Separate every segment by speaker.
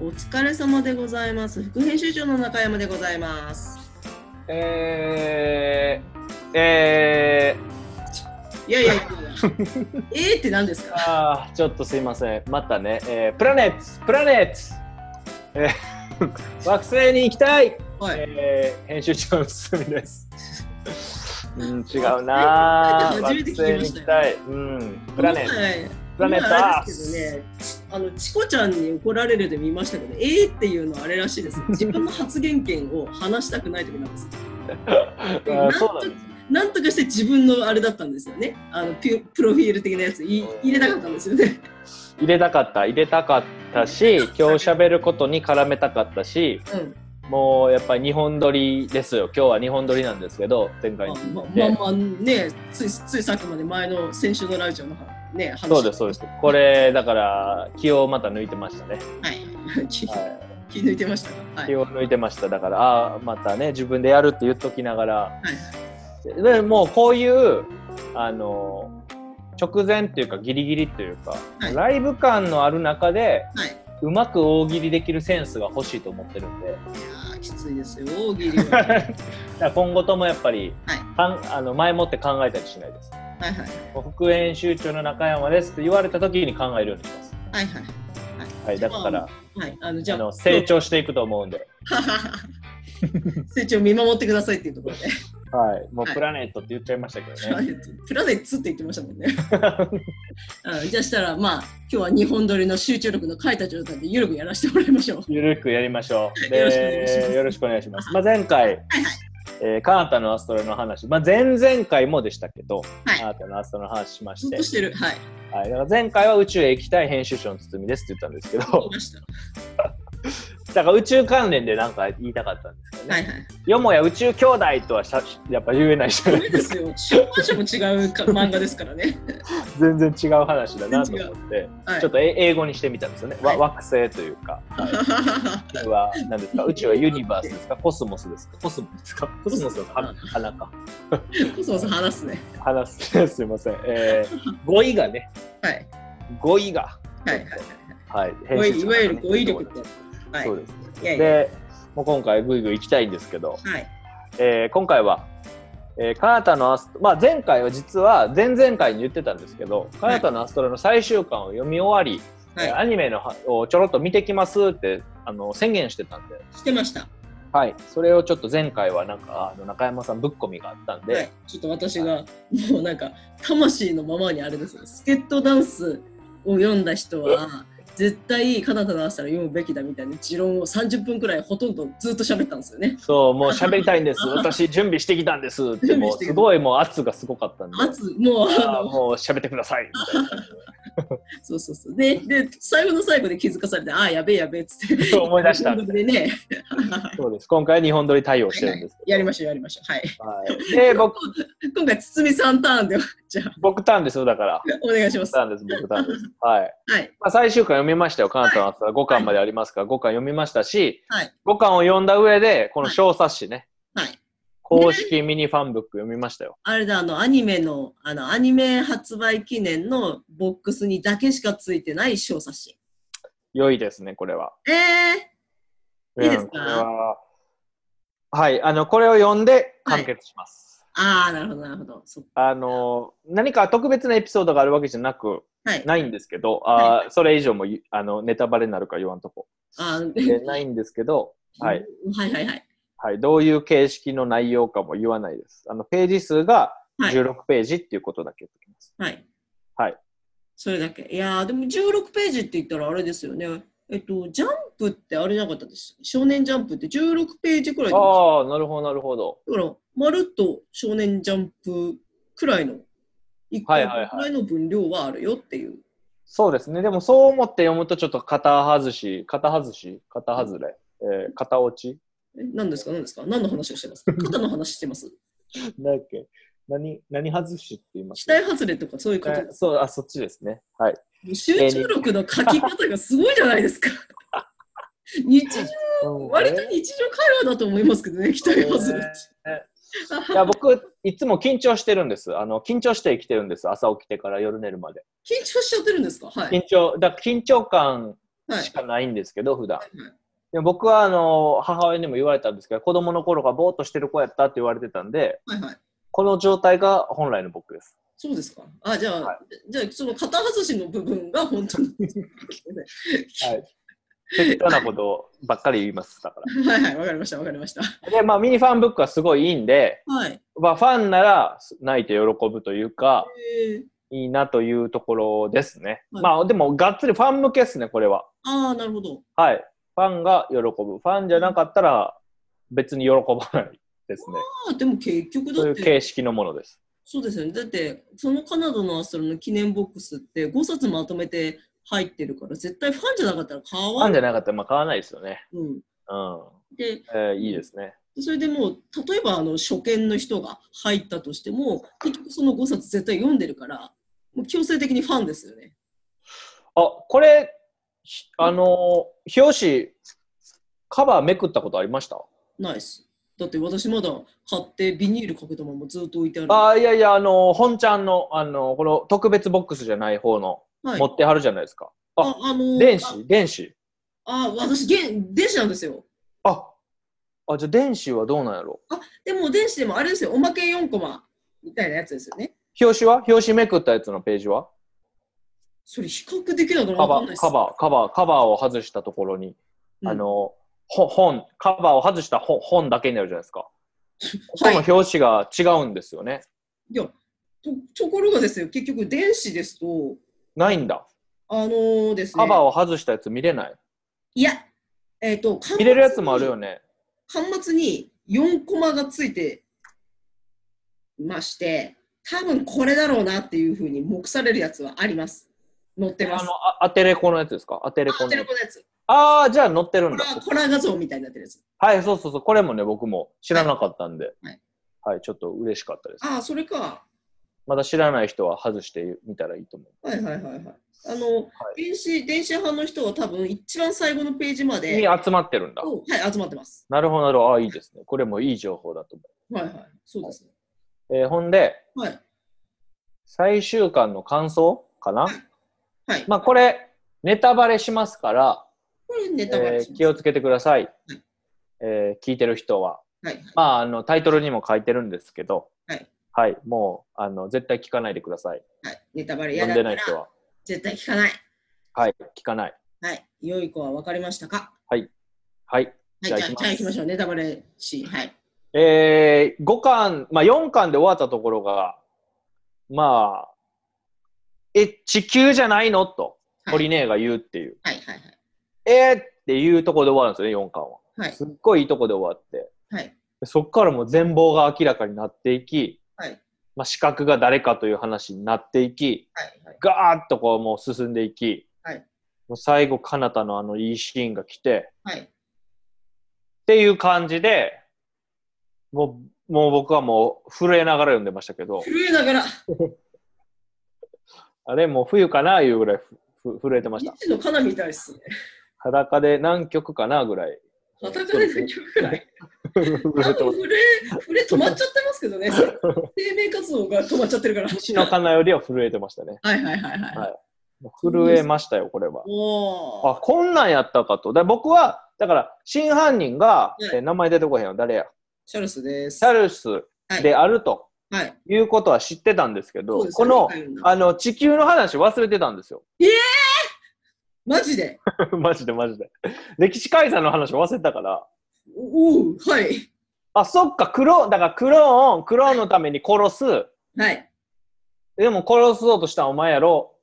Speaker 1: お疲れ様でございます。副編集長の中山でございます。
Speaker 2: えー、えー、
Speaker 1: い やいやいやいやえーって何ですか
Speaker 2: あーちょっとすいません。またね、えー、プラネッツ、プラネッツ、え ー、惑星に行きたい、
Speaker 1: はい。
Speaker 2: えー、編集長の堤です。うん、違うなー
Speaker 1: 初めて聞きましたよ
Speaker 2: 惑星に行きたい。うん、プラネッ
Speaker 1: こ
Speaker 2: ツ
Speaker 1: の、前
Speaker 2: プラネッ
Speaker 1: この前あ
Speaker 2: ト
Speaker 1: れですけどね、あの、チコちゃんに怒られるで見ましたけど、えーっていうのはあれらしい です。自分の発言権を話したくないときなんです。
Speaker 2: あーそうなんです。
Speaker 1: なんとかして自分のあれだったんですよね。あの、ピュプロフィール的なやつい入れたかったんですよね。
Speaker 2: 入れたかった、入れたかったし、今日喋ることに絡めたかったし、
Speaker 1: うん。
Speaker 2: もうやっぱり日本撮りですよ。今日は日本撮りなんですけど、前回に
Speaker 1: ま
Speaker 2: 続いて
Speaker 1: まあまあね、ついついさっきまで前の先週のラジオの話ね、話
Speaker 2: そうです、そうです。これ、だから、気をまた抜いてましたね。
Speaker 1: はい。 気
Speaker 2: は
Speaker 1: 気抜いてましたか。
Speaker 2: い、
Speaker 1: はい
Speaker 2: 気。を抜いてました。だから、ああ、またね、自分でやるって言っときながら。
Speaker 1: はい
Speaker 2: でもう、こういう、あの、直前っていうか、ギリギリっていうか、
Speaker 1: はい
Speaker 2: ライブ感のある中で、
Speaker 1: はいう
Speaker 2: まく大喜利できるセンスが欲しいと思ってるんで、
Speaker 1: いやーきついですよ、大喜利は。は
Speaker 2: だ
Speaker 1: い
Speaker 2: から今後ともやっぱり、
Speaker 1: はい
Speaker 2: かんあの前もって考えたりしないです。
Speaker 1: はいはい
Speaker 2: 副編集長の中山ですって言われた時に考えるようにします。
Speaker 1: はいはい。
Speaker 2: はい、だから、
Speaker 1: はい、あのじゃ
Speaker 2: あ
Speaker 1: あ
Speaker 2: の成長していくと思うんで。
Speaker 1: 成長見守ってくださいっていうところで、
Speaker 2: はい、もう
Speaker 1: はい
Speaker 2: プラネットって言っちゃいましたけ
Speaker 1: プ
Speaker 2: ど
Speaker 1: ラ
Speaker 2: ね。
Speaker 1: ネッ トプラネッツって言ってましたもんね。 うん、じゃあしたら、まあ、今日は日本撮りの集中力の書いた状態でゆるくやらせてもらいましょう。
Speaker 2: ゆるくやりましょう。
Speaker 1: よろしくお願いします
Speaker 2: で、よろしくお願いします。まあ、前回、えーカータのアストロの話、まあ、前々回もでしたけど、
Speaker 1: はい
Speaker 2: カータのアストロの話しま
Speaker 1: ず
Speaker 2: し、
Speaker 1: ってとしてる。はい。
Speaker 2: はい、だから前回は宇宙へ行きたい編集長の堤ですって言ったんですけ
Speaker 1: 言い
Speaker 2: ど、
Speaker 1: ました。
Speaker 2: だから宇宙関連でなんか言いたかったんですけどね。
Speaker 1: はいはい。
Speaker 2: よもや宇宙兄弟とはしゃやっぱ言えないじゃ
Speaker 1: ダ
Speaker 2: ない
Speaker 1: メですよ。出版社も違うか漫画ですから ね。
Speaker 2: 全然違う話だなと思って、
Speaker 1: はい。
Speaker 2: ちょっとえ英語にしてみたんですよね。
Speaker 1: は
Speaker 2: わ
Speaker 1: い
Speaker 2: 惑星というか。はい宇宙は何ですか 宇宙はユニバースですかコスモスですかコスモスですかコスモスの花花か。
Speaker 1: コスモス話すね。
Speaker 2: 花すすいません。え ー、語彙がね、
Speaker 1: はい。
Speaker 2: 語彙が。
Speaker 1: はいはい
Speaker 2: はい。
Speaker 1: はい。語彙
Speaker 2: 編集
Speaker 1: い
Speaker 2: 者
Speaker 1: わゆ
Speaker 2: が
Speaker 1: る
Speaker 2: ね
Speaker 1: 語彙力ってやつ。はい。
Speaker 2: そうです。
Speaker 1: いやいや。
Speaker 2: で、もう今回ぐいぐい行きたいんですけど、
Speaker 1: はい。
Speaker 2: えー今回は、えー、カータのアスト、まあ、前回は実は前々回に言ってたんですけど、カータのアストラの最終巻を読み終わり、えー
Speaker 1: は
Speaker 2: アニメのはをちょろっと見てきますってあの宣言してたんで、
Speaker 1: い。してました。
Speaker 2: はい、それをちょっと前回はなんかあの中山さんぶっ込みがあったんで、
Speaker 1: はい、ちょっと私がもうなんか魂のままにあれですよスケットダンスを読んだ人は絶対カナダの朝ら読むべきだみたいな持論を30分くらいほとんどずっと喋ったんですよね
Speaker 2: そうもう喋りたいんです 私準備してきたんですって
Speaker 1: 準備
Speaker 2: も
Speaker 1: し
Speaker 2: う
Speaker 1: てきた
Speaker 2: すごいもう圧がすごかったんで
Speaker 1: 圧もうあ
Speaker 2: あー
Speaker 1: の
Speaker 2: もう喋ってくださいみたいな感
Speaker 1: そうそうそうでで最後の最後で気づかされてああやべえやべえっつって
Speaker 2: じで思い出した んで
Speaker 1: でね
Speaker 2: そうです今回は日本撮り対応してるんですけど
Speaker 1: やりましょうやりましょうはい
Speaker 2: はい、で僕
Speaker 1: 今回堤さんターンでじゃあ
Speaker 2: 僕ターンですよだから
Speaker 1: お願いしますは
Speaker 2: ターンです僕ターンですはい、
Speaker 1: い
Speaker 2: まあ、最終巻読みましたよカナダの朝5巻までありますから5巻読みましたし、
Speaker 1: はい
Speaker 2: 5巻を読んだ上でこの小冊子ね、
Speaker 1: はい
Speaker 2: 公式ミニファンブック読みましたよ。
Speaker 1: あれだ、あの、アニメの、あの、アニメ発売記念のボックスにだけしかついてない小冊子。
Speaker 2: 良いですね、これは。
Speaker 1: ええいいですか
Speaker 2: うんこれははい、あの、これを読んで完結します。
Speaker 1: ああ、なるほど、なるほど。そ
Speaker 2: あの、何か特別なエピソードがあるわけじゃなく、
Speaker 1: はい。
Speaker 2: ないんですけど、
Speaker 1: は
Speaker 2: あーそれ以上もい、あの、ネタバレになるから言わん とこ。
Speaker 1: あー
Speaker 2: でないんですけど、はい。
Speaker 1: はいはいはい。
Speaker 2: はい、どういう形式の内容かも言わないです。あの、ページ数が
Speaker 1: はい
Speaker 2: 16ページっていうことだけ言ってきます。
Speaker 1: はい。
Speaker 2: はい。
Speaker 1: それだけ。いやー、でも16ページって言ったらあれですよね。えっと、ジャンプってあれなかったです。少年ジャンプって16ページくらいでだ
Speaker 2: ああ、なるほど、なるほど。
Speaker 1: から、まるっと少年ジャンプくらいの、1個
Speaker 2: はいはいはい
Speaker 1: くらいの分量はあるよっていう。
Speaker 2: そうですね。でもそう思って読むとちょっと肩外し、肩外し、肩外れ、えー肩落ち。
Speaker 1: え何ですか何ですか何の話をしてますか肩の話してます
Speaker 2: なんだっけ何、何外しって言いま
Speaker 1: 死
Speaker 2: すか
Speaker 1: 体外れとかそういうこと
Speaker 2: えーそう、あ、そっちですね。はい。
Speaker 1: 集中力の書き方がすごいじゃない ですか。日常、割と日常会話だと思いますけどね、死体外れって。
Speaker 2: いや僕、いつも緊張してるんです。あの、緊張して生きてるんです。朝起きてから夜寝るまで。
Speaker 1: 緊張しちゃってるんですかはい。
Speaker 2: 緊張、だ緊張感
Speaker 1: はい
Speaker 2: しかないんですけど、普段
Speaker 1: いはい
Speaker 2: で僕はあの母親にも言われたんですけど子供の頃がぼーっとしてる子やったって言われてたんで
Speaker 1: はいはい。
Speaker 2: この状態が本来の僕です
Speaker 1: そうですか。あ、じゃあ、
Speaker 2: は
Speaker 1: じゃあ、その肩外しの部分が本当に。
Speaker 2: 適当なことばっかり言いますだか
Speaker 1: はいはい、わかりました、わかりました。
Speaker 2: らでまあミニファンブックはすごいいいんで、
Speaker 1: はい。
Speaker 2: まあ、ファンなら泣いて喜ぶというか
Speaker 1: えー、
Speaker 2: いいなというところですね、
Speaker 1: はい
Speaker 2: まあでもがっつりファン向けですねこれは
Speaker 1: ああ、なるほど。
Speaker 2: はい。ファンが喜ぶ。ファンじゃなかったら別に喜ばないですね。
Speaker 1: ああ、でも結局
Speaker 2: そうい
Speaker 1: だっ
Speaker 2: う
Speaker 1: て、
Speaker 2: 形式のものです。
Speaker 1: そうですよね。だって、そのカナダのアストロの記念ボックスって5冊まとめて入ってるから、絶対ファンじゃなかったら買
Speaker 2: ファ
Speaker 1: わ
Speaker 2: ン
Speaker 1: ん。
Speaker 2: じゃなかったらまあ買わないですよね。
Speaker 1: うん、
Speaker 2: うん。
Speaker 1: で、
Speaker 2: えーいいですね。
Speaker 1: それでもう、例えばあの初見の人が入ったとしても、結局その5冊絶対読んでるから、もう強制的にファンですよね。
Speaker 2: あ、これ、ひあのー表紙、カバーめくったことありました
Speaker 1: ないです。だって私まだ買ってビニールかけたままずっと置いてある。
Speaker 2: あ
Speaker 1: は
Speaker 2: ーいやいや、あのー本ちゃんの、あのーこの特別ボックスじゃない方の、
Speaker 1: い、
Speaker 2: 持ってはるじゃないですか。
Speaker 1: ああのー
Speaker 2: 電
Speaker 1: あ
Speaker 2: 子電子
Speaker 1: あ私現電子なんですよ。
Speaker 2: あ、あ、じゃあ電子はどうなんやろ
Speaker 1: でも電子でもあれですよ、おまけ4コマみたいなやつですよね。
Speaker 2: 表紙は表紙めくったやつのページは
Speaker 1: それ比較できないから
Speaker 2: カ
Speaker 1: わか
Speaker 2: バ
Speaker 1: んないで
Speaker 2: ー、
Speaker 1: す。
Speaker 2: カバー、カバー、カバーを外したところに、
Speaker 1: うん
Speaker 2: あの、ほ本、カバーを外した本本だけになるじゃないですか。他の表紙が違うんですよね。
Speaker 1: いやと、ところがですよ、結局電子ですと、
Speaker 2: ないんだ。
Speaker 1: あのーですね、
Speaker 2: カバーを外したやつ見れない。
Speaker 1: いや、えっ、と、
Speaker 2: 見れるやつもあるよね。
Speaker 1: 端末に4コマがついてまして、多分これだろうなっていうふうに目されるやつはあります。載ってま
Speaker 2: あ
Speaker 1: す
Speaker 2: の。、あアテレコのやつですかアテレコ
Speaker 1: あ、
Speaker 2: の
Speaker 1: テ
Speaker 2: や
Speaker 1: レ
Speaker 2: つ
Speaker 1: コ。のやつ。
Speaker 2: ああ、じゃあ載ってる
Speaker 1: コ
Speaker 2: んだ
Speaker 1: ラ。コラ画像みたいになってるやつ。
Speaker 2: はい、そうそうそう。これもね、僕も知らなかったんで。
Speaker 1: は
Speaker 2: はいい、ちょっと嬉しかったです。
Speaker 1: ああ、それか。
Speaker 2: まだ知らない人は外してみたらいいと思う。
Speaker 1: はいはいはいはい。あの、電子電子派の人は多分一番最後のページまで、
Speaker 2: に集まってるんだ。
Speaker 1: おはい、集まってます。
Speaker 2: なるほど、なるほど。ああ、いいですね。これもいい情報だと思
Speaker 1: はいはい、そうですね。
Speaker 2: う。えーほんで、
Speaker 1: はい、
Speaker 2: 最終巻の感想かな、
Speaker 1: はい。
Speaker 2: まあこれネタバレしますから、
Speaker 1: これネタバレ
Speaker 2: え
Speaker 1: し
Speaker 2: ー
Speaker 1: ます
Speaker 2: 気をつけてください、
Speaker 1: はい
Speaker 2: えー聞いてる人は
Speaker 1: はいはい。
Speaker 2: まああのタイトルにも書いてるんですけど
Speaker 1: はい、
Speaker 2: はい、もうあの絶対聞かないでください
Speaker 1: はい、ネタバレや
Speaker 2: 読ん
Speaker 1: だ
Speaker 2: で
Speaker 1: か
Speaker 2: ない
Speaker 1: ら
Speaker 2: 人は
Speaker 1: 絶対聞かない。
Speaker 2: はい聞かない
Speaker 1: はい、良い子は分かりましたか
Speaker 2: はい
Speaker 1: はい、
Speaker 2: じ
Speaker 1: じ
Speaker 2: ゃ
Speaker 1: ゃ
Speaker 2: あ
Speaker 1: あ
Speaker 2: 行き
Speaker 1: じ
Speaker 2: ます
Speaker 1: ゃあ行きましょう。ネタバレし、はい。
Speaker 2: えー、5巻まあ4巻で終わったところがまあえ地球じゃないのと
Speaker 1: はい
Speaker 2: 堀姉が言うっていう、
Speaker 1: はいはい
Speaker 2: えーっていうところで終わるんですよね4巻は
Speaker 1: はい。はい
Speaker 2: すっごいいいとこで終わって
Speaker 1: はい。
Speaker 2: そこからもう全貌が明らかになっていき、
Speaker 1: はい
Speaker 2: まあ、視覚が誰かという話になっていき、
Speaker 1: はいはい。
Speaker 2: ガーッとこうもう進んでいき、
Speaker 1: はい
Speaker 2: もう最後、かなたのあのいいシーンが来て、
Speaker 1: はい。
Speaker 2: っていう感じで、もう、もう僕はもう震えながら読んでましたけど、
Speaker 1: 震えながら、
Speaker 2: あれもう冬かないうぐらいふふ震えてまし
Speaker 1: 一
Speaker 2: た。
Speaker 1: 時のカナみたいですね。
Speaker 2: 裸で何曲かなぐら い。
Speaker 1: 叩かれた曲くらい。
Speaker 2: 震えてま
Speaker 1: 多
Speaker 2: した
Speaker 1: 分震え、震え止まっちゃってますけど ね。生命活動が止まっちゃってるから。
Speaker 2: 西のかなよりは震えてましたね。
Speaker 1: はいはいはいはい。
Speaker 2: はいもう震えましたよ、これは。
Speaker 1: おお。
Speaker 2: あこんなんやったかと。だ僕は、だから、真犯人が、
Speaker 1: うん
Speaker 2: えー名前出てこへんよ、誰や。
Speaker 1: シャルスです。
Speaker 2: チャルスであると
Speaker 1: はい。はい、
Speaker 2: いうことは知ってたんですけど、
Speaker 1: そうです
Speaker 2: こ
Speaker 1: よね
Speaker 2: の
Speaker 1: はい
Speaker 2: あの地球の話忘れてたんですよ。
Speaker 1: マジで。
Speaker 2: マジでマジで。歴史改ざんの話忘れてたから、
Speaker 1: おおう、はい。
Speaker 2: あ、そっか、クローン、だからクローン、クローンのために殺す。
Speaker 1: はい。
Speaker 2: でも殺そうとしたんお前やろ。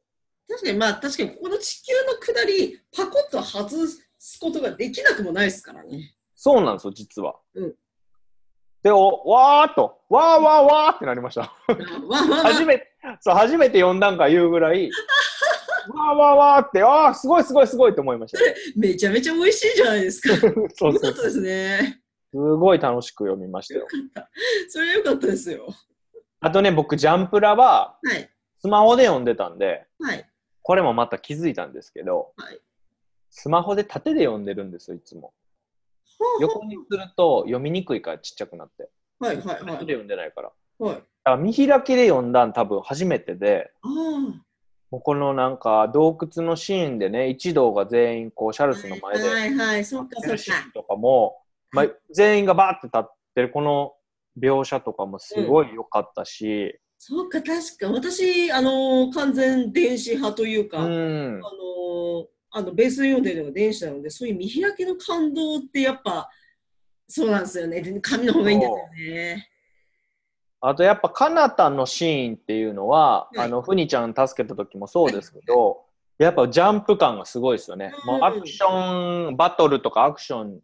Speaker 1: 確かに、まあ、確かに、ここの地球の下り、パコッと外すことができなくもないですから ね。
Speaker 2: そうなんですよ、実は。
Speaker 1: うん
Speaker 2: で、お、わーっと、わーわーわーってなりまし
Speaker 1: あ
Speaker 2: た。
Speaker 1: わあわ あわあ
Speaker 2: 初めて、そう、初めて読んだんか言うぐらい、わーわーわーって、あー、すごいすごいすごいって思いました。
Speaker 1: めちゃめちゃ美味しいじゃないです か。よ
Speaker 2: そう
Speaker 1: か
Speaker 2: そ
Speaker 1: った
Speaker 2: うそう。
Speaker 1: ですすね。
Speaker 2: ごい楽しく読みましたよ。
Speaker 1: それはよかったですよ。
Speaker 2: あとね、僕、ジャンプラは
Speaker 1: はい。
Speaker 2: スマホで読んでたんで、
Speaker 1: はい。
Speaker 2: これもまた気づいたんですけど、
Speaker 1: はい
Speaker 2: スマホで縦で読んでるんですよ、いつも。横にすると読みにくいからちっちゃくなって。
Speaker 1: はいはい
Speaker 2: 縦で
Speaker 1: はい。
Speaker 2: 読んでないから。だ
Speaker 1: はい。
Speaker 2: から見開きで読んだん多分初めてで、
Speaker 1: ああ。
Speaker 2: ここのなんか洞窟のシーンでね、一同が全員こうシャルスの前で
Speaker 1: はいはい、そっか
Speaker 2: 立って
Speaker 1: そっ
Speaker 2: るシーン
Speaker 1: か。
Speaker 2: とかも、まあ、全員がバーって立ってるこの描写とかもすごい良かったし、
Speaker 1: そうか、確か。私、あのー完全電子派という
Speaker 2: う
Speaker 1: か、あの
Speaker 2: ん、
Speaker 1: ーあのベース読んでるのが電子なので、そういう見開きの感動ってやっぱ、そうなんですよね。で紙の方がいいんですよね。
Speaker 2: あとやっぱカナタのシーンっていうのは、
Speaker 1: い
Speaker 2: あのふにちゃん助けた時もそうですけど、やっぱジャンプ感がすごいですよね。
Speaker 1: うん
Speaker 2: もうアクションバトルとかアクション、
Speaker 1: はい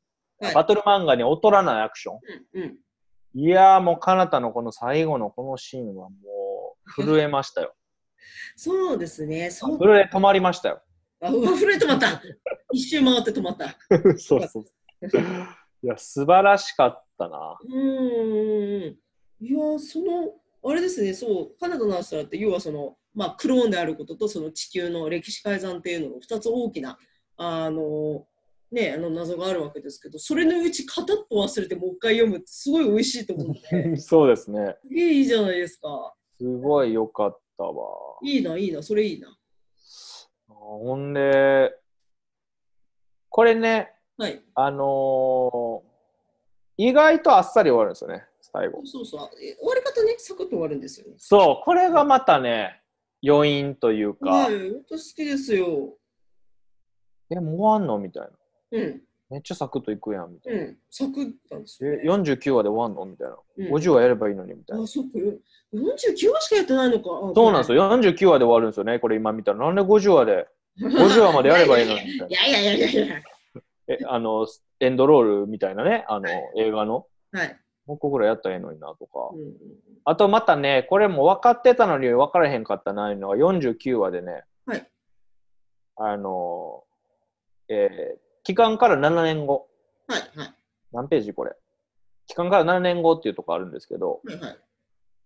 Speaker 2: バトル漫画に劣らないアクション。
Speaker 1: うんうん。
Speaker 2: いやーもうカナタのこの最後のこのシーンはもう震えましたよ。
Speaker 1: そうですね。そう
Speaker 2: 震え止まりましたよ。
Speaker 1: あ、うわ、震え止まった。 一周回って止まった。
Speaker 2: そうそう。 いや、素晴らしかったな。
Speaker 1: うーん。いや、その、あれですね、そう、カナダのアストラって、要はその、まあ、クローンであることと、その地球の歴史改ざんっていうのの2つ大きな、あの、ね、あの謎があるわけですけど、それのうち片っぽ忘れてもう一回読むって、すごい美味しいと思 って、す
Speaker 2: そうですね。
Speaker 1: げえいいじゃないですか。
Speaker 2: すごい良かったわ。
Speaker 1: いいな、いいな、それいいな。
Speaker 2: ほんで、これね、
Speaker 1: はい。
Speaker 2: あのー意外とあっさり終わるんですよね、最後。
Speaker 1: そうそう。え終わり方ね、サクッと終わるんですよね。
Speaker 2: そう、これがまたね、余韻という
Speaker 1: は
Speaker 2: か
Speaker 1: い、、本当好きですよ。
Speaker 2: え、もう終わんのみたいな。
Speaker 1: うん、
Speaker 2: めっちゃサクッといくやん、みたいな。
Speaker 1: うん、サクッなんですよ、ね
Speaker 2: え、。49話で終わんのみたいな。
Speaker 1: うん
Speaker 2: 50話やればいいのに、みたいな
Speaker 1: あ、。そっか。よ49話しかやってないのか。
Speaker 2: そうなんです
Speaker 1: よ。
Speaker 2: よ。49話で終わるんですよね。これ今見たら。なんで50話で、50話までやればいいのにみたい
Speaker 1: い
Speaker 2: な。
Speaker 1: やいやいやいやいや。
Speaker 2: え、あの、エンドロールみたいなね、あの、映画の。
Speaker 1: はい。
Speaker 2: もう一個ぐらいやったらええのになとか
Speaker 1: う。ん
Speaker 2: あとまたね、これも分かってたのに分からへんかったないうのが49話でね、
Speaker 1: はい
Speaker 2: あの、えー期間から7年後。
Speaker 1: はいはい
Speaker 2: 何ページこれ。期間から7年後っていうとこあるんですけど、
Speaker 1: はいはい。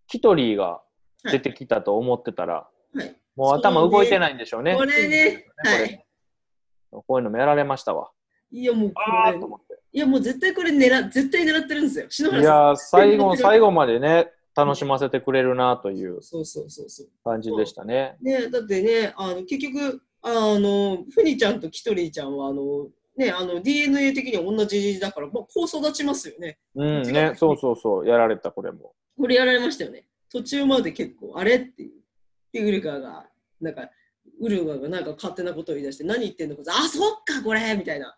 Speaker 2: キトリーが出てきたと思ってたら、
Speaker 1: はい
Speaker 2: もう頭
Speaker 1: そうね
Speaker 2: 動いてないんでしょうね。
Speaker 1: これね、
Speaker 2: こ
Speaker 1: は
Speaker 2: れ
Speaker 1: い。
Speaker 2: こういうのもやられましたわ。
Speaker 1: いやもうこ
Speaker 2: あー
Speaker 1: れ
Speaker 2: と、思って。
Speaker 1: いやもう絶対これ狙っ、絶対狙ってるんですよ。篠原
Speaker 2: い
Speaker 1: さん。
Speaker 2: やー、最後の最後までね、楽しませてくれるなという
Speaker 1: そうそうそうそう。
Speaker 2: 感じでしたね。
Speaker 1: ね、だってね、あの結局、あの、ふにちゃんときとりちゃんは、あの、ね、あの DNA 的には同じだから、まあ、こう育ちますよね。
Speaker 2: うんね、そうそうそう、やられた、これも。
Speaker 1: これやられましたよね。途中まで結構、あれっていう。で、ウルガが、なんか、ウルガがなんか勝手なことを言い出して、何言ってんのか、あ、そっか、これみたいな。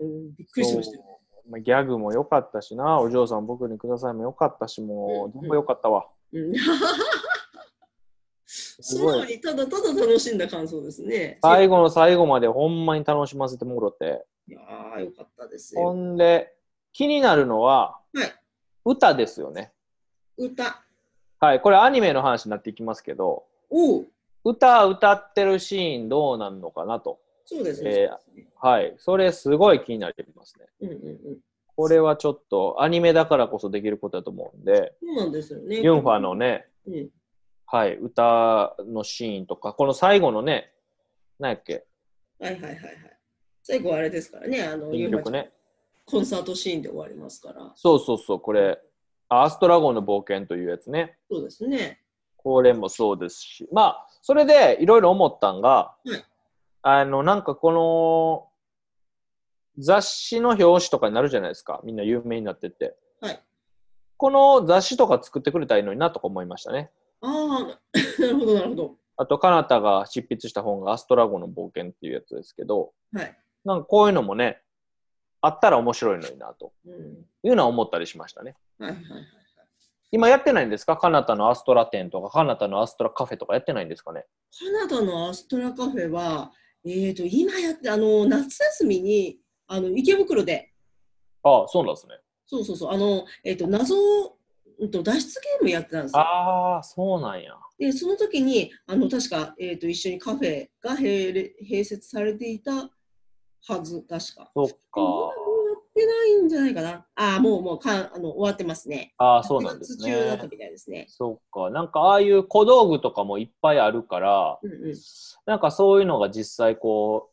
Speaker 1: うん、びっくりしましたよ。
Speaker 2: そうまあギャグも良かったしな、お嬢さん僕にくださいも良かったし、
Speaker 1: う
Speaker 2: もうん全部良かったわ。
Speaker 1: うん、
Speaker 2: す
Speaker 1: 素
Speaker 2: ご
Speaker 1: 直
Speaker 2: い。
Speaker 1: にただただ楽しんだ感想ですね。
Speaker 2: 最後の最後までほんまに楽しませてもろて。
Speaker 1: いやー、よかったです
Speaker 2: ほ
Speaker 1: よ。
Speaker 2: んで、気になるのは
Speaker 1: はい、
Speaker 2: 歌ですよね。
Speaker 1: 歌。
Speaker 2: はい、これアニメの話になっていきますけど、
Speaker 1: おう
Speaker 2: 歌歌ってるシーンどうなんのかなと。
Speaker 1: そうです
Speaker 2: え
Speaker 1: ね。
Speaker 2: ーはい。それすごい気になりますね。
Speaker 1: うんうんうん。
Speaker 2: これはちょっとアニメだからこそできることだと思うんで、
Speaker 1: そうなんですよね。
Speaker 2: ユンファのね、
Speaker 1: うん。
Speaker 2: はい、歌のシーンとか、この最後のね、何やっけ、
Speaker 1: はいはいはいはい。最後はあれですからね、あの、ユ
Speaker 2: 新
Speaker 1: ンファち
Speaker 2: 曲
Speaker 1: ゃん
Speaker 2: ね。
Speaker 1: コンサートシーンで終わりますから。
Speaker 2: そうそうそう、これ、アーストラゴンの冒険というやつね。
Speaker 1: そうですね。
Speaker 2: これもそうですし、まあ、それでいろいろ思ったんが、
Speaker 1: うん
Speaker 2: あの、なんかこの、雑誌の表紙とかになるじゃないですか。みんな有名になってって。
Speaker 1: はい。
Speaker 2: この雑誌とか作ってくれたらいいのになとか思いましたね。
Speaker 1: ああ、 なるほど、なるほど。
Speaker 2: あと、カナタが執筆した本がアストラゴの冒険っていうやつですけど、
Speaker 1: はい。
Speaker 2: なんかこういうのもね、あったら面白いのになと
Speaker 1: うん。
Speaker 2: いうのは思ったりしましたね。
Speaker 1: はいはいはい。
Speaker 2: 今やってないんですかカナタのアストラ店とか、カナタのアストラカフェとかやってないんですかね
Speaker 1: カナダのアストラカフェは、えっ、と、今やって、あの、夏休みに、あの、池袋で、
Speaker 2: ああ、そうなんですね。
Speaker 1: そうそうそう、あの、えっ、と、謎、うんと脱出ゲームやってたんですよ。
Speaker 2: ああ、そうなんや。
Speaker 1: で、その時に、あの、確か、えっ、と、一緒にカフェが併れ併設されていたはず、確か。
Speaker 2: そっ
Speaker 1: でも
Speaker 2: か。
Speaker 1: 今もうやってないんじゃないかな。ああ、もう、もうかあの、終わってますね。
Speaker 2: ああ、そうなんです
Speaker 1: 夏中だった
Speaker 2: ね。
Speaker 1: みたいですね。
Speaker 2: そっか。なんかああいう小道具とかもいっぱいあるから、
Speaker 1: うんうん。
Speaker 2: なんかそういうのが実際こう、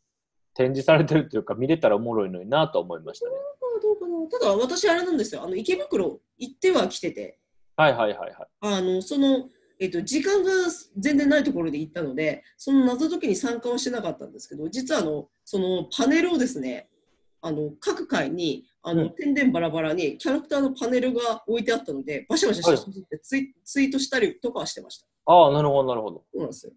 Speaker 2: 展示されてるというか、見れたらおもろいのになと思いましたね。
Speaker 1: まあどうかな。ただ私あれなんですよ。あの池袋行っては来てて、
Speaker 2: はいはいはいはい。
Speaker 1: あのそのえっと、時間が全然ないところで行ったので、その謎解きに参加はしてなかったんですけど、実はあのそのパネルをですね、あの各回にあの、
Speaker 2: うん
Speaker 1: 点々バラバラにキャラクターのパネルが置いてあったので、バシャバシャ写真撮ってツイ,、ツイートしたりとかはしてました。
Speaker 2: ああ、なるほど、なるほど。
Speaker 1: そうなんですよ。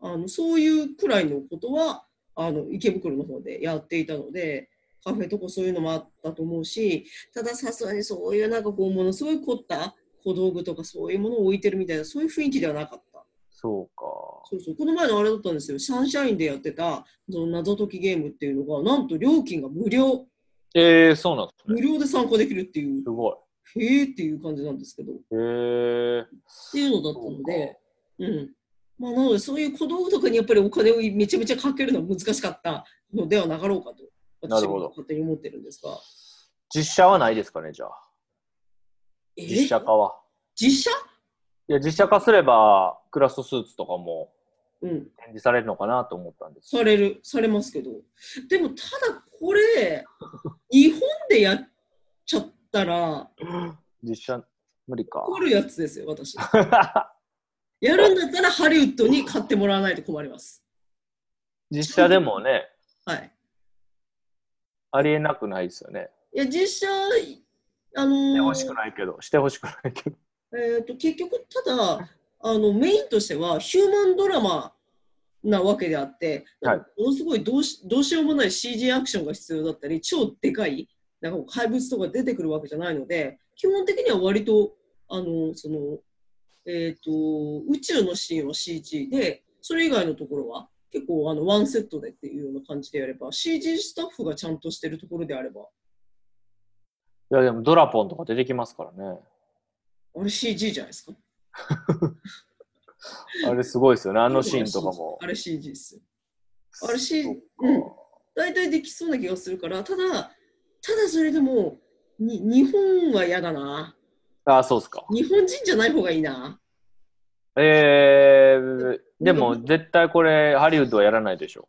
Speaker 1: あのそういうくらいのことはあの池袋の方でやっていたので、カフェとかそういうのもあったと思うし、たださすがにそういうなんかこうものすごい凝った小道具とかそういうものを置いてるみたいなそういう雰囲気ではなかった。
Speaker 2: そうか。
Speaker 1: そうそうこの前のあれだったんですよ。サンシャインでやってたその謎解きゲームっていうのがなんと料金が無料
Speaker 2: ええー、そうなんです
Speaker 1: 無
Speaker 2: ね。
Speaker 1: 料で参加できるっていう
Speaker 2: すごい。
Speaker 1: へえっていう感じなんですけどっ
Speaker 2: へえ。
Speaker 1: ていうのだったので、うんまあ、なのでそういう小道具とかにやっぱりお金をめちゃめちゃかけるのは難しかったのではなかろうかと
Speaker 2: な
Speaker 1: 私
Speaker 2: るほど
Speaker 1: は勝手に思ってるんですが
Speaker 2: 実写はないですかね、じゃあ。
Speaker 1: え
Speaker 2: 実写化は。
Speaker 1: 実写
Speaker 2: いや、実写化すれば、クラストスーツとかも
Speaker 1: うん
Speaker 2: 展示されるのかなと思ったんです。
Speaker 1: されるされますけどでもただこれ日本でやっちゃったら
Speaker 2: 実写、無理か。
Speaker 1: 怒るやつですよ 私やるんだったらハリウッドに買ってもらわないと困ります
Speaker 2: 実写でもね、
Speaker 1: はい
Speaker 2: ありえなくないですよね。
Speaker 1: いや実写あの
Speaker 2: して
Speaker 1: ー
Speaker 2: ほしくないけど、してほしくないけど。
Speaker 1: えー、と結局ただあのメインとしてはヒューマンドラマなわけであってなんかものすごいどうしどうしようもない CG アクションが必要だったり超でかいなんかこう怪物とか出てくるわけじゃないので基本的には割とあのその、えー、と宇宙のシーンは CG でそれ以外のところは結構あのワンセットでっていうような感じでやれば CG スタッフがちゃんとしてるところであれば
Speaker 2: いや、でもドラポンとか出てきますからね。
Speaker 1: あれ CG じゃないですか。
Speaker 2: あれすごいですよね。あのシーンとかも。
Speaker 1: あれ CG ですよ。あれ CG
Speaker 2: そっか
Speaker 1: うん大体できそうな気がするから、ただ、ただそれでも、に日本は嫌だな。
Speaker 2: あ、そうっすか。
Speaker 1: 日本人じゃない方がいいな。
Speaker 2: えー、でも絶対これ、ハリウッドはやらないでしょ。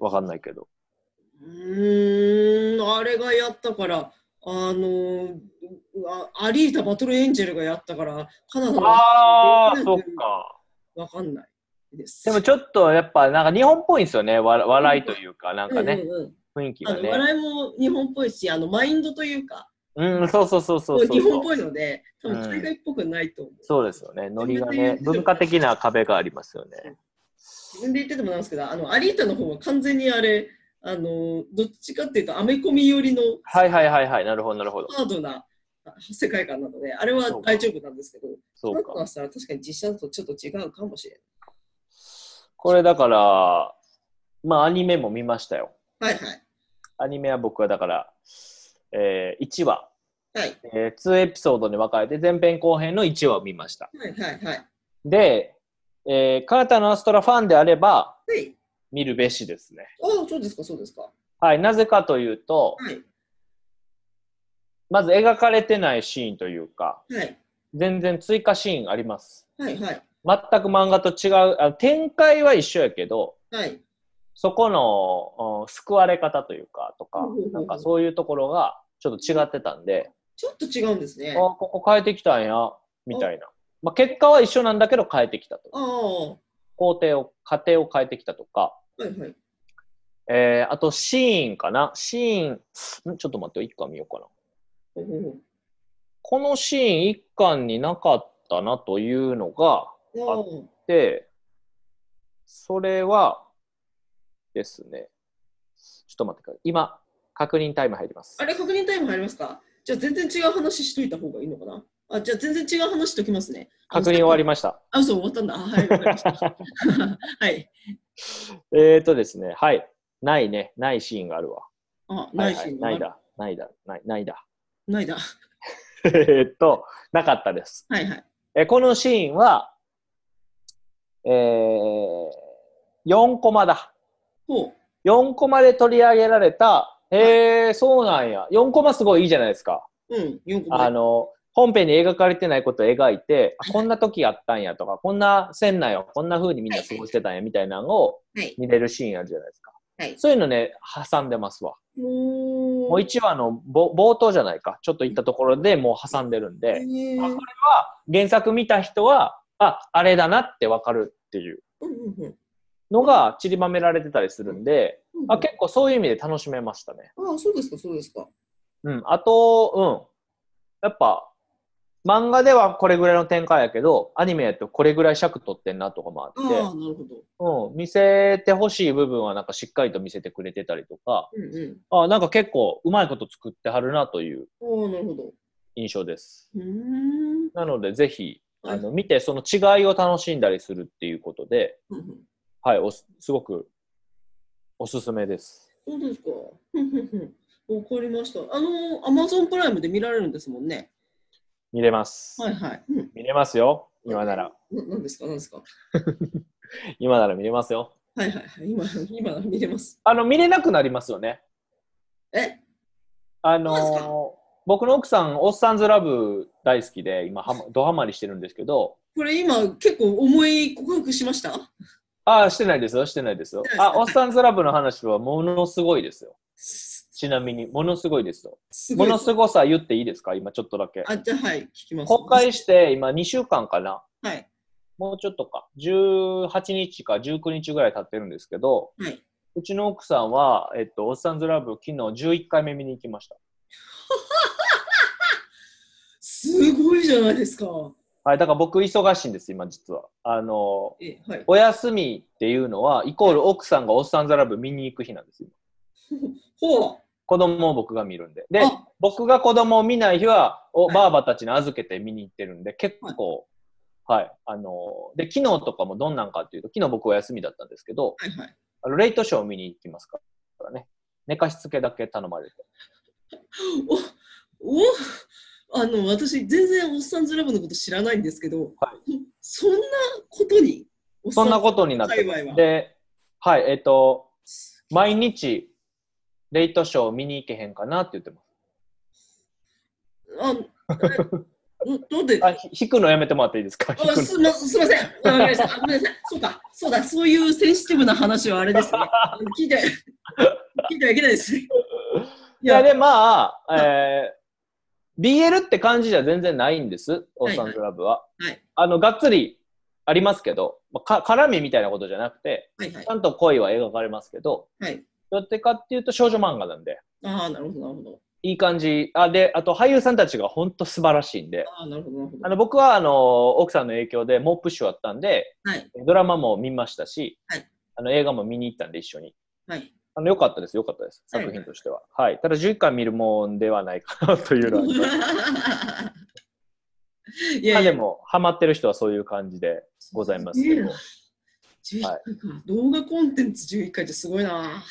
Speaker 2: わかんないけど。
Speaker 1: うーん、あれがやったから、あのあ、アリータ・バトル・エンジェルがやったから、カナダの
Speaker 2: ああ、
Speaker 1: でき
Speaker 2: そ
Speaker 1: な
Speaker 2: っ
Speaker 1: い
Speaker 2: か。
Speaker 1: わかんないです。
Speaker 2: でもちょっとやっぱなんか日本っぽいんですよね。わ笑いというか、なんか
Speaker 1: う
Speaker 2: ね、
Speaker 1: んうんうん
Speaker 2: 雰囲気
Speaker 1: あ
Speaker 2: が
Speaker 1: の
Speaker 2: ね。
Speaker 1: 笑いも日本っぽいし、あのマインドというか、
Speaker 2: うん、そうそうそうそうそ
Speaker 1: 日本っ
Speaker 2: う。
Speaker 1: ぽいので、多分海外っぽくないと思う。
Speaker 2: そうですよね。ノリがね、文化的な壁がありますよね。
Speaker 1: 自分で言っててもなんですけど、あのアリータの方は完全にあれ、あのどっちかっていうと、アメコミ寄りの
Speaker 2: はいはいはいはい。なるほど、なるほど。
Speaker 1: ハードなあ世界観なので、あれは大丈夫なんですけど、
Speaker 2: そ
Speaker 1: な
Speaker 2: うんか
Speaker 1: か。さ、確かに実写だとちょっと違うかもしれ
Speaker 2: これだから、まあアニメも見ましたよ。
Speaker 1: ない。はいはい。
Speaker 2: アニメは僕はだから、えー、1話、
Speaker 1: はい
Speaker 2: えー、2エピソードに分かれて前編後編の1話を見ました。
Speaker 1: はいはいはい。
Speaker 2: で、えー、カーターのアストラファンであれば
Speaker 1: はい。
Speaker 2: 見るべしですね。
Speaker 1: ああ、そうですか、そうですか。は
Speaker 2: はい、なぜかというと、
Speaker 1: い。
Speaker 2: まず描かれてないシーンというか、
Speaker 1: はい。
Speaker 2: 全然追加シーンあります。
Speaker 1: はいはい。
Speaker 2: 全く漫画と違う、あ展開は一緒やけど、
Speaker 1: はい。
Speaker 2: そこの、うん救われ方というか、とか
Speaker 1: うんうんうんう、ん
Speaker 2: なんかそういうところがちょっと違ってたんで、
Speaker 1: ちょっと違うんですね。
Speaker 2: あ
Speaker 1: あ
Speaker 2: ここ変えてきたんや、みたいな。まあ、結果は一緒なんだけど変えてきたと。
Speaker 1: あー。
Speaker 2: 工程を、過程を変えてきたとか、
Speaker 1: はいはい。
Speaker 2: えー、あとシーンかな。シーン、んちょっと待ってよ、一巻見ようかな。
Speaker 1: ほうほうほう
Speaker 2: このシーン一巻になかったなというのが
Speaker 1: あ
Speaker 2: あって、それはですね、ちょっと待ってください。今、確認タイム入ります
Speaker 1: あ。あ。れ、確認タイム入りますかじゃあ全然違う話しといた方がいいのかなあ、じゃあ全然違う話しときますね。
Speaker 2: 確認終わりました。
Speaker 1: あ、そう、終わったんだ。あはい、わかりま した。はい。
Speaker 2: えーとですね、はい。ないね。ないシーンがあるわ。
Speaker 1: あ、
Speaker 2: は
Speaker 1: ないい
Speaker 2: は
Speaker 1: し、
Speaker 2: い、ない。だ、ないだ、ないないだ。
Speaker 1: ないだ。
Speaker 2: えーっと、なかったです。
Speaker 1: はいはい。
Speaker 2: えこのシーンは、えー、4コマだ。
Speaker 1: ほ
Speaker 2: 4コマで取り上げられた、へえ、そうなんや。4コマすごいいいじゃないですか。
Speaker 1: う。うん、4個目。
Speaker 2: あ
Speaker 1: は
Speaker 2: の、本編に描かれてないことを描いて、あこんな時やったんやとか、こんな船内をこんな風にみんな過ごしてたんやみたいなのを
Speaker 1: い。
Speaker 2: 見れるシーンあるじゃないですか。
Speaker 1: はい
Speaker 2: そういうのね、挟んでますわ。
Speaker 1: も
Speaker 2: もう1話のぼ冒頭じゃないか、ちょっと行ったところでもう挟んでるんで、
Speaker 1: え
Speaker 2: あこれは原作見た人は、あ、あれだなってわかるっていう
Speaker 1: うんうんうん
Speaker 2: のが散りばめられてたりするんで、
Speaker 1: うん
Speaker 2: あ結構そういう意味で楽しめましたね。
Speaker 1: あそうですか、そうですか。
Speaker 2: うん、あと、うん。やっぱ、漫画ではこれぐらいの展開やけど、アニメやとこれぐらい尺取ってんなとかもあ
Speaker 1: あ
Speaker 2: って、
Speaker 1: あ、なるほど。
Speaker 2: うん、見せてほしい部分はなんかしっかりと見せてくれてたりとか、
Speaker 1: うんうん。
Speaker 2: あなんか結構うまいこと作ってはるなという
Speaker 1: ああ、なるほど。
Speaker 2: 印象です。
Speaker 1: うーん。
Speaker 2: なので、ぜひ、
Speaker 1: はい
Speaker 2: あの、見てその違いを楽しんだりするっていうことで、
Speaker 1: うんうん
Speaker 2: はい、おすすごくおすすめです。
Speaker 1: そうですか。ふんふんふんわかりました。あの、アマゾンプライムで見られるんですもんね。
Speaker 2: 見れます。
Speaker 1: はいはい。うん
Speaker 2: 見れますよ。今なら。
Speaker 1: ななんですか、なんですか。
Speaker 2: 今なら見れますよ。
Speaker 1: はいはいはい。今、今見れます。
Speaker 2: あの、見れなくなりますよね。
Speaker 1: え
Speaker 2: あ
Speaker 1: そうですか
Speaker 2: のー僕の奥さん、オッサンズラブ大好きで、今はま、ドハマりしてるんですけど、
Speaker 1: これ今、結構重い告白しました
Speaker 2: ああ、してないですよ、してないですよ
Speaker 1: して。ない
Speaker 2: あ、
Speaker 1: です
Speaker 2: オッサンズラブの話はものすごいですよ。
Speaker 1: す
Speaker 2: ちなみに、ものすごいですよ。
Speaker 1: す
Speaker 2: も
Speaker 1: ごいで
Speaker 2: の
Speaker 1: す。
Speaker 2: すごさ言っていいですか今ちょっとだけ。
Speaker 1: あ、じゃあはい、聞きます。
Speaker 2: 公開して今2週間かな
Speaker 1: はい。
Speaker 2: もうちょっとか。18日か19日ぐらい経ってるんですけど、
Speaker 1: はい。
Speaker 2: うちの奥さんは、えっと、オッサンズラブ昨日11回目見に行きました。
Speaker 1: すごいじゃないですか。
Speaker 2: はい、だから僕忙しいんです、今実は。あのー
Speaker 1: え、はい。
Speaker 2: お休みっていうのは、イコール奥さんがおっさんザラブ見に行く日なんですよ。
Speaker 1: ほう。
Speaker 2: 子供を僕が見るんで。で、
Speaker 1: あ
Speaker 2: 僕が子供を見ない日は、お、
Speaker 1: はい
Speaker 2: ばあばたちに預けて見に行ってるんで、結構、はい、あのーで、昨日とかもどんなんかっていうと、昨日僕は休みだったんですけど、
Speaker 1: はいはい。
Speaker 2: あのレイトショーを見に行きますからね。寝かしつけだけ頼まれて。
Speaker 1: お、お、あの、私、全然おっさんずラブのこと知らないんですけど、
Speaker 2: は
Speaker 1: そんなことに、
Speaker 2: そんなこととになって
Speaker 1: 界隈
Speaker 2: ま
Speaker 1: は
Speaker 2: す。で、はい、えっ、と、毎日、レイトショー見に行けへんかなって言ってます。
Speaker 1: あ、えんなんで、
Speaker 2: あ、ひ弾くのやめてもらっていいですか弾
Speaker 1: あ
Speaker 2: くの
Speaker 1: すま、すみません。あごめんなさい。あごめんなさい。そうか、そうだ、そういうセンシティブな話はあれですね。聞いて、聞いてはいけないですね。
Speaker 2: いや、で、まあ、 えー、BL って感じじゃ全然ないんです、オ
Speaker 1: はい
Speaker 2: ーサンズラブは。
Speaker 1: はい
Speaker 2: あの、がっつりありますけど、まあ、か絡みみたいなことじゃなくて、
Speaker 1: はいはい
Speaker 2: ち。ゃんと恋は描かれますけど、
Speaker 1: はい。
Speaker 2: どっちかっていうと少女漫画なんで、
Speaker 1: ああ、なるほど、なるほど。
Speaker 2: いい感じ。あ、で、あと俳優さんたちが本当素晴らしいんで、
Speaker 1: ああ、なるほど、なるほど
Speaker 2: あ。の、僕は、あの、奥さんの影響で猛プッシュだったんで、
Speaker 1: はい。
Speaker 2: ドラマも見ましたし、
Speaker 1: はい
Speaker 2: あの映画も見に行ったんで一緒に。
Speaker 1: はい。
Speaker 2: あの、良かったです、良かったです。
Speaker 1: はい
Speaker 2: 作品としては。はい。ただ11回見るもんではないかなというのはあります。
Speaker 1: いや
Speaker 2: まあ
Speaker 1: い
Speaker 2: で
Speaker 1: や、
Speaker 2: も、ハマってる人はそういう感じでございますけど。
Speaker 1: 11
Speaker 2: は
Speaker 1: 回か。動画コンテンツ11回ってすごいな。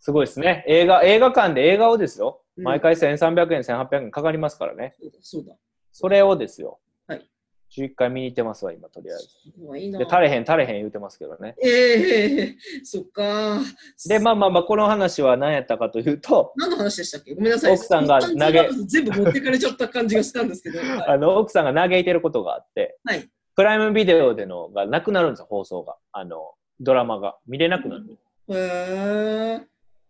Speaker 2: すごいですね。映画、映画館で映画をですよ。
Speaker 1: うん
Speaker 2: 毎回1300円、1800円かかりますからね。
Speaker 1: そうだ、そうだ。
Speaker 2: それをですよ。
Speaker 1: はい。
Speaker 2: 11回見に行ってますわ、今、とりあえず。
Speaker 1: すごいな
Speaker 2: で、。垂れへん、垂れへん言うてますけどね。
Speaker 1: ええそっか。
Speaker 2: で、まあまあまあ、この話は何やったかというと、
Speaker 1: 何の話でしたっけごめんなさい。
Speaker 2: 奥さんが投げ
Speaker 1: 全部持ってかれちゃった感じがした んですけど。は
Speaker 2: あの、奥さんが嘆いてることがあって、
Speaker 1: はい
Speaker 2: プライムビデオでのがなくなるんですよ、放送が。あの、ドラマが。見れなくなる。
Speaker 1: い、へえ。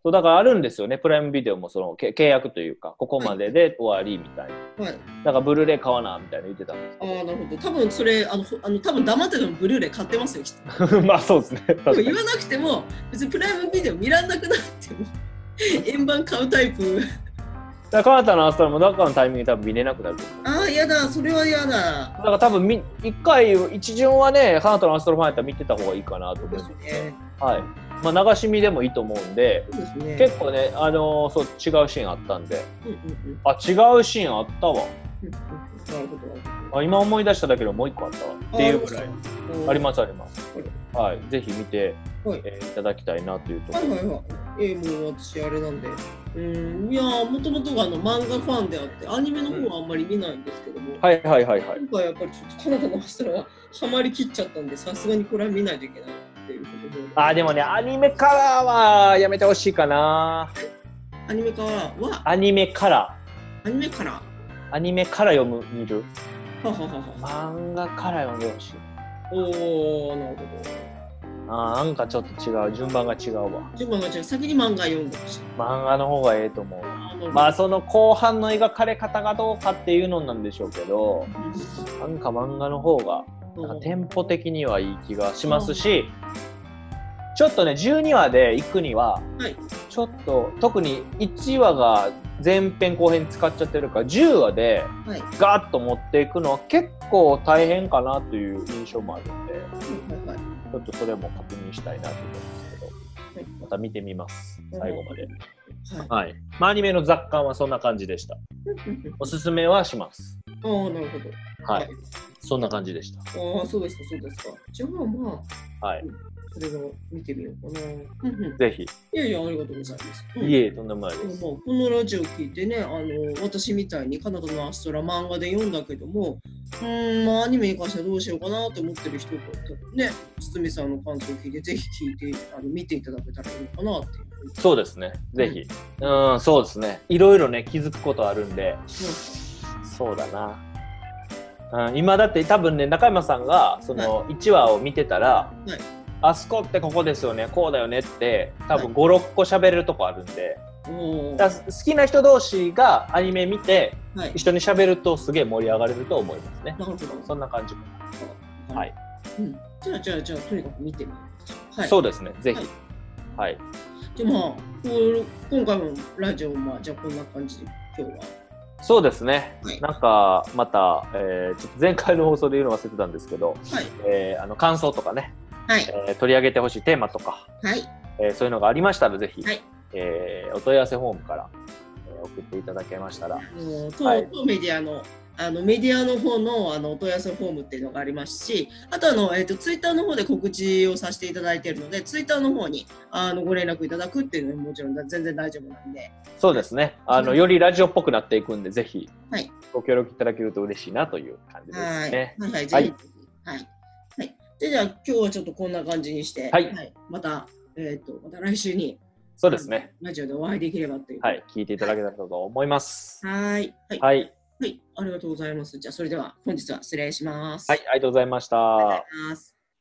Speaker 2: そう、だからあるんですよね、プライムビデオもその、け契約というか、ここまでで終わりみたいな。
Speaker 1: はい。
Speaker 2: だからブルーレイ買わなみたいな言ってたんです
Speaker 1: ああ、なるほど。多分それ、あの、ほあの多分黙っててもブルーレイ買ってますよ、きっと。
Speaker 2: け どまあそうですね確
Speaker 1: で
Speaker 2: か
Speaker 1: も
Speaker 2: に
Speaker 1: 言わなくても、別にプライムビデオ見らんなくなっても、円盤買うタイプ。
Speaker 2: だからカナタのアストラもどっかのタイミングで多分見れなくなると思う
Speaker 1: ああ、やだ、それはやだ。
Speaker 2: だから多分み一回一巡はねカナタのアストロファンやったら見てた方がいいかなと思
Speaker 1: そううですね。
Speaker 2: はいまあ流し見でもいいと思うんで
Speaker 1: そうですね。
Speaker 2: 結構ねあのーそう違うシーンあったんで
Speaker 1: うんうんうん
Speaker 2: あ違うシーンあったわ
Speaker 1: うんうんなるほどなるほ
Speaker 2: あ今思い出しただけでもう一個あったわ
Speaker 1: ど。
Speaker 2: っていうぐらい
Speaker 1: ー
Speaker 2: ありますあります
Speaker 1: これ
Speaker 2: はいぜひ見て、
Speaker 1: はい
Speaker 2: えーいただきたいなというとこ
Speaker 1: はい
Speaker 2: ろ
Speaker 1: はいはい。えー、もう私あれなんで。うん、いやー、もともとがあの漫画ファンであって、アニメの方はあんまり見ないんですけども、
Speaker 2: はいはいはいはい
Speaker 1: 今回やっぱりちょっとカナダの人らはハマりきっちゃったんで、さすがにこれは見ないといけないっていうことで。
Speaker 2: あーでもねアニメからはやめてほしいかな
Speaker 1: アニメからは、
Speaker 2: アニメから
Speaker 1: アニメから。は
Speaker 2: アニメから読む見る
Speaker 1: はははは。
Speaker 2: 漫画から読んでほしい
Speaker 1: おー、なるほど。
Speaker 2: あーなんかちょっと違う順番が違うわ
Speaker 1: 順番が違う先に漫画読んでほしい
Speaker 2: 漫画の方がええと思う
Speaker 1: あの
Speaker 2: まあその後半の描かれ方がどうかっていうのなんでしょうけどなんか漫画の方がなんかテンポ的にはいい気がしますし、ちょっとね12話で行くには、
Speaker 1: はい
Speaker 2: ちょっと特に1話が前編後編使っちゃってるから10話で
Speaker 1: はい
Speaker 2: ガーッと持っていくのは結構大変かなという印象もあるんで
Speaker 1: はいはい
Speaker 2: ちょっとそれも確認したいなと思うんですけどまた見てみます最後まで、
Speaker 1: はい
Speaker 2: はいまあアニメの雑感はそんな感じでしたおすすめはします
Speaker 1: ああなるほど
Speaker 2: はい、そんな感じでし
Speaker 1: ああそうですかそうですかじゃあまあ
Speaker 2: たはい
Speaker 1: それを見てみようかな、うんうん、
Speaker 2: ぜひ
Speaker 1: いやいやありがとうございます、うん
Speaker 2: いえとんでもない
Speaker 1: で
Speaker 2: です
Speaker 1: もまあこのラジオ聞いてねあの私みたいにカナダのアストラ漫画で読んだけどもうーんまあアニメに関してはどうしようかなと思ってる人がね堤さんの感想を聞いてぜひ聞いてあの見ていただけたらいいのかなっていうふうに
Speaker 2: そうですね。ぜひ。うん、そうですね。いろいろね、気づくことあるんで、そうだな。うん、今だって多分ね、中山さんが、その、1話を見てたら、
Speaker 1: はい
Speaker 2: あそこってここですよね、こうだよねって、多分5、6個喋れるとこあるんで、
Speaker 1: おー
Speaker 2: だから好きな人同士がアニメ見て、
Speaker 1: はい
Speaker 2: 一緒に喋るとすげえ盛り上がれると思いますね。
Speaker 1: なるほ
Speaker 2: そ
Speaker 1: ど
Speaker 2: んな感じかな。はい。
Speaker 1: うん、じゃあじゃあじゃあとにかく見てみようはい
Speaker 2: そうですね。ぜひ
Speaker 1: はい。
Speaker 2: はい。
Speaker 1: でまあこう今回もラジオまあじゃあこんな感じで今日は
Speaker 2: そうですね。
Speaker 1: はい
Speaker 2: なんか、また、えーちょっと前回の放送で言うの忘れてたんですけど、
Speaker 1: はい
Speaker 2: えーあの感想とかね、
Speaker 1: はい
Speaker 2: えー取り上げてほしいテーマとか、
Speaker 1: はい
Speaker 2: えーそういうのがありましたらぜひ、
Speaker 1: はい
Speaker 2: えーお問い合わせフォームから、えー送っていただけましたら
Speaker 1: あの当
Speaker 2: はい
Speaker 1: 当メディアのあのメディアの方のあのお問い合わせフォームっていうのがありますしあとあの、えー、とツイッターの方で告知をさせていただいているのでツイッターの方にあのご連絡いただくっていうのももちろん全然大丈夫なんで
Speaker 2: そうですねあの
Speaker 1: はい
Speaker 2: よりラジオっぽくなっていくんでぜひ
Speaker 1: はい
Speaker 2: ご協力いただけると嬉しいなという感じで
Speaker 1: は
Speaker 2: す
Speaker 1: い、
Speaker 2: ね。
Speaker 1: はいはい
Speaker 2: は
Speaker 1: ぜ
Speaker 2: い
Speaker 1: ひはいはいでじゃあ今日はちょっとこんな感じにして、
Speaker 2: はい
Speaker 1: また、えー、とまた来週に
Speaker 2: そうですね
Speaker 1: ラジオでお会いできればという
Speaker 2: はい聞いていただけたらと思います。
Speaker 1: はいはい
Speaker 2: はい、はい、
Speaker 1: はいありがとうございますじゃあそれでは本日は失礼します
Speaker 2: ありがとうございました。
Speaker 1: ありがとうございます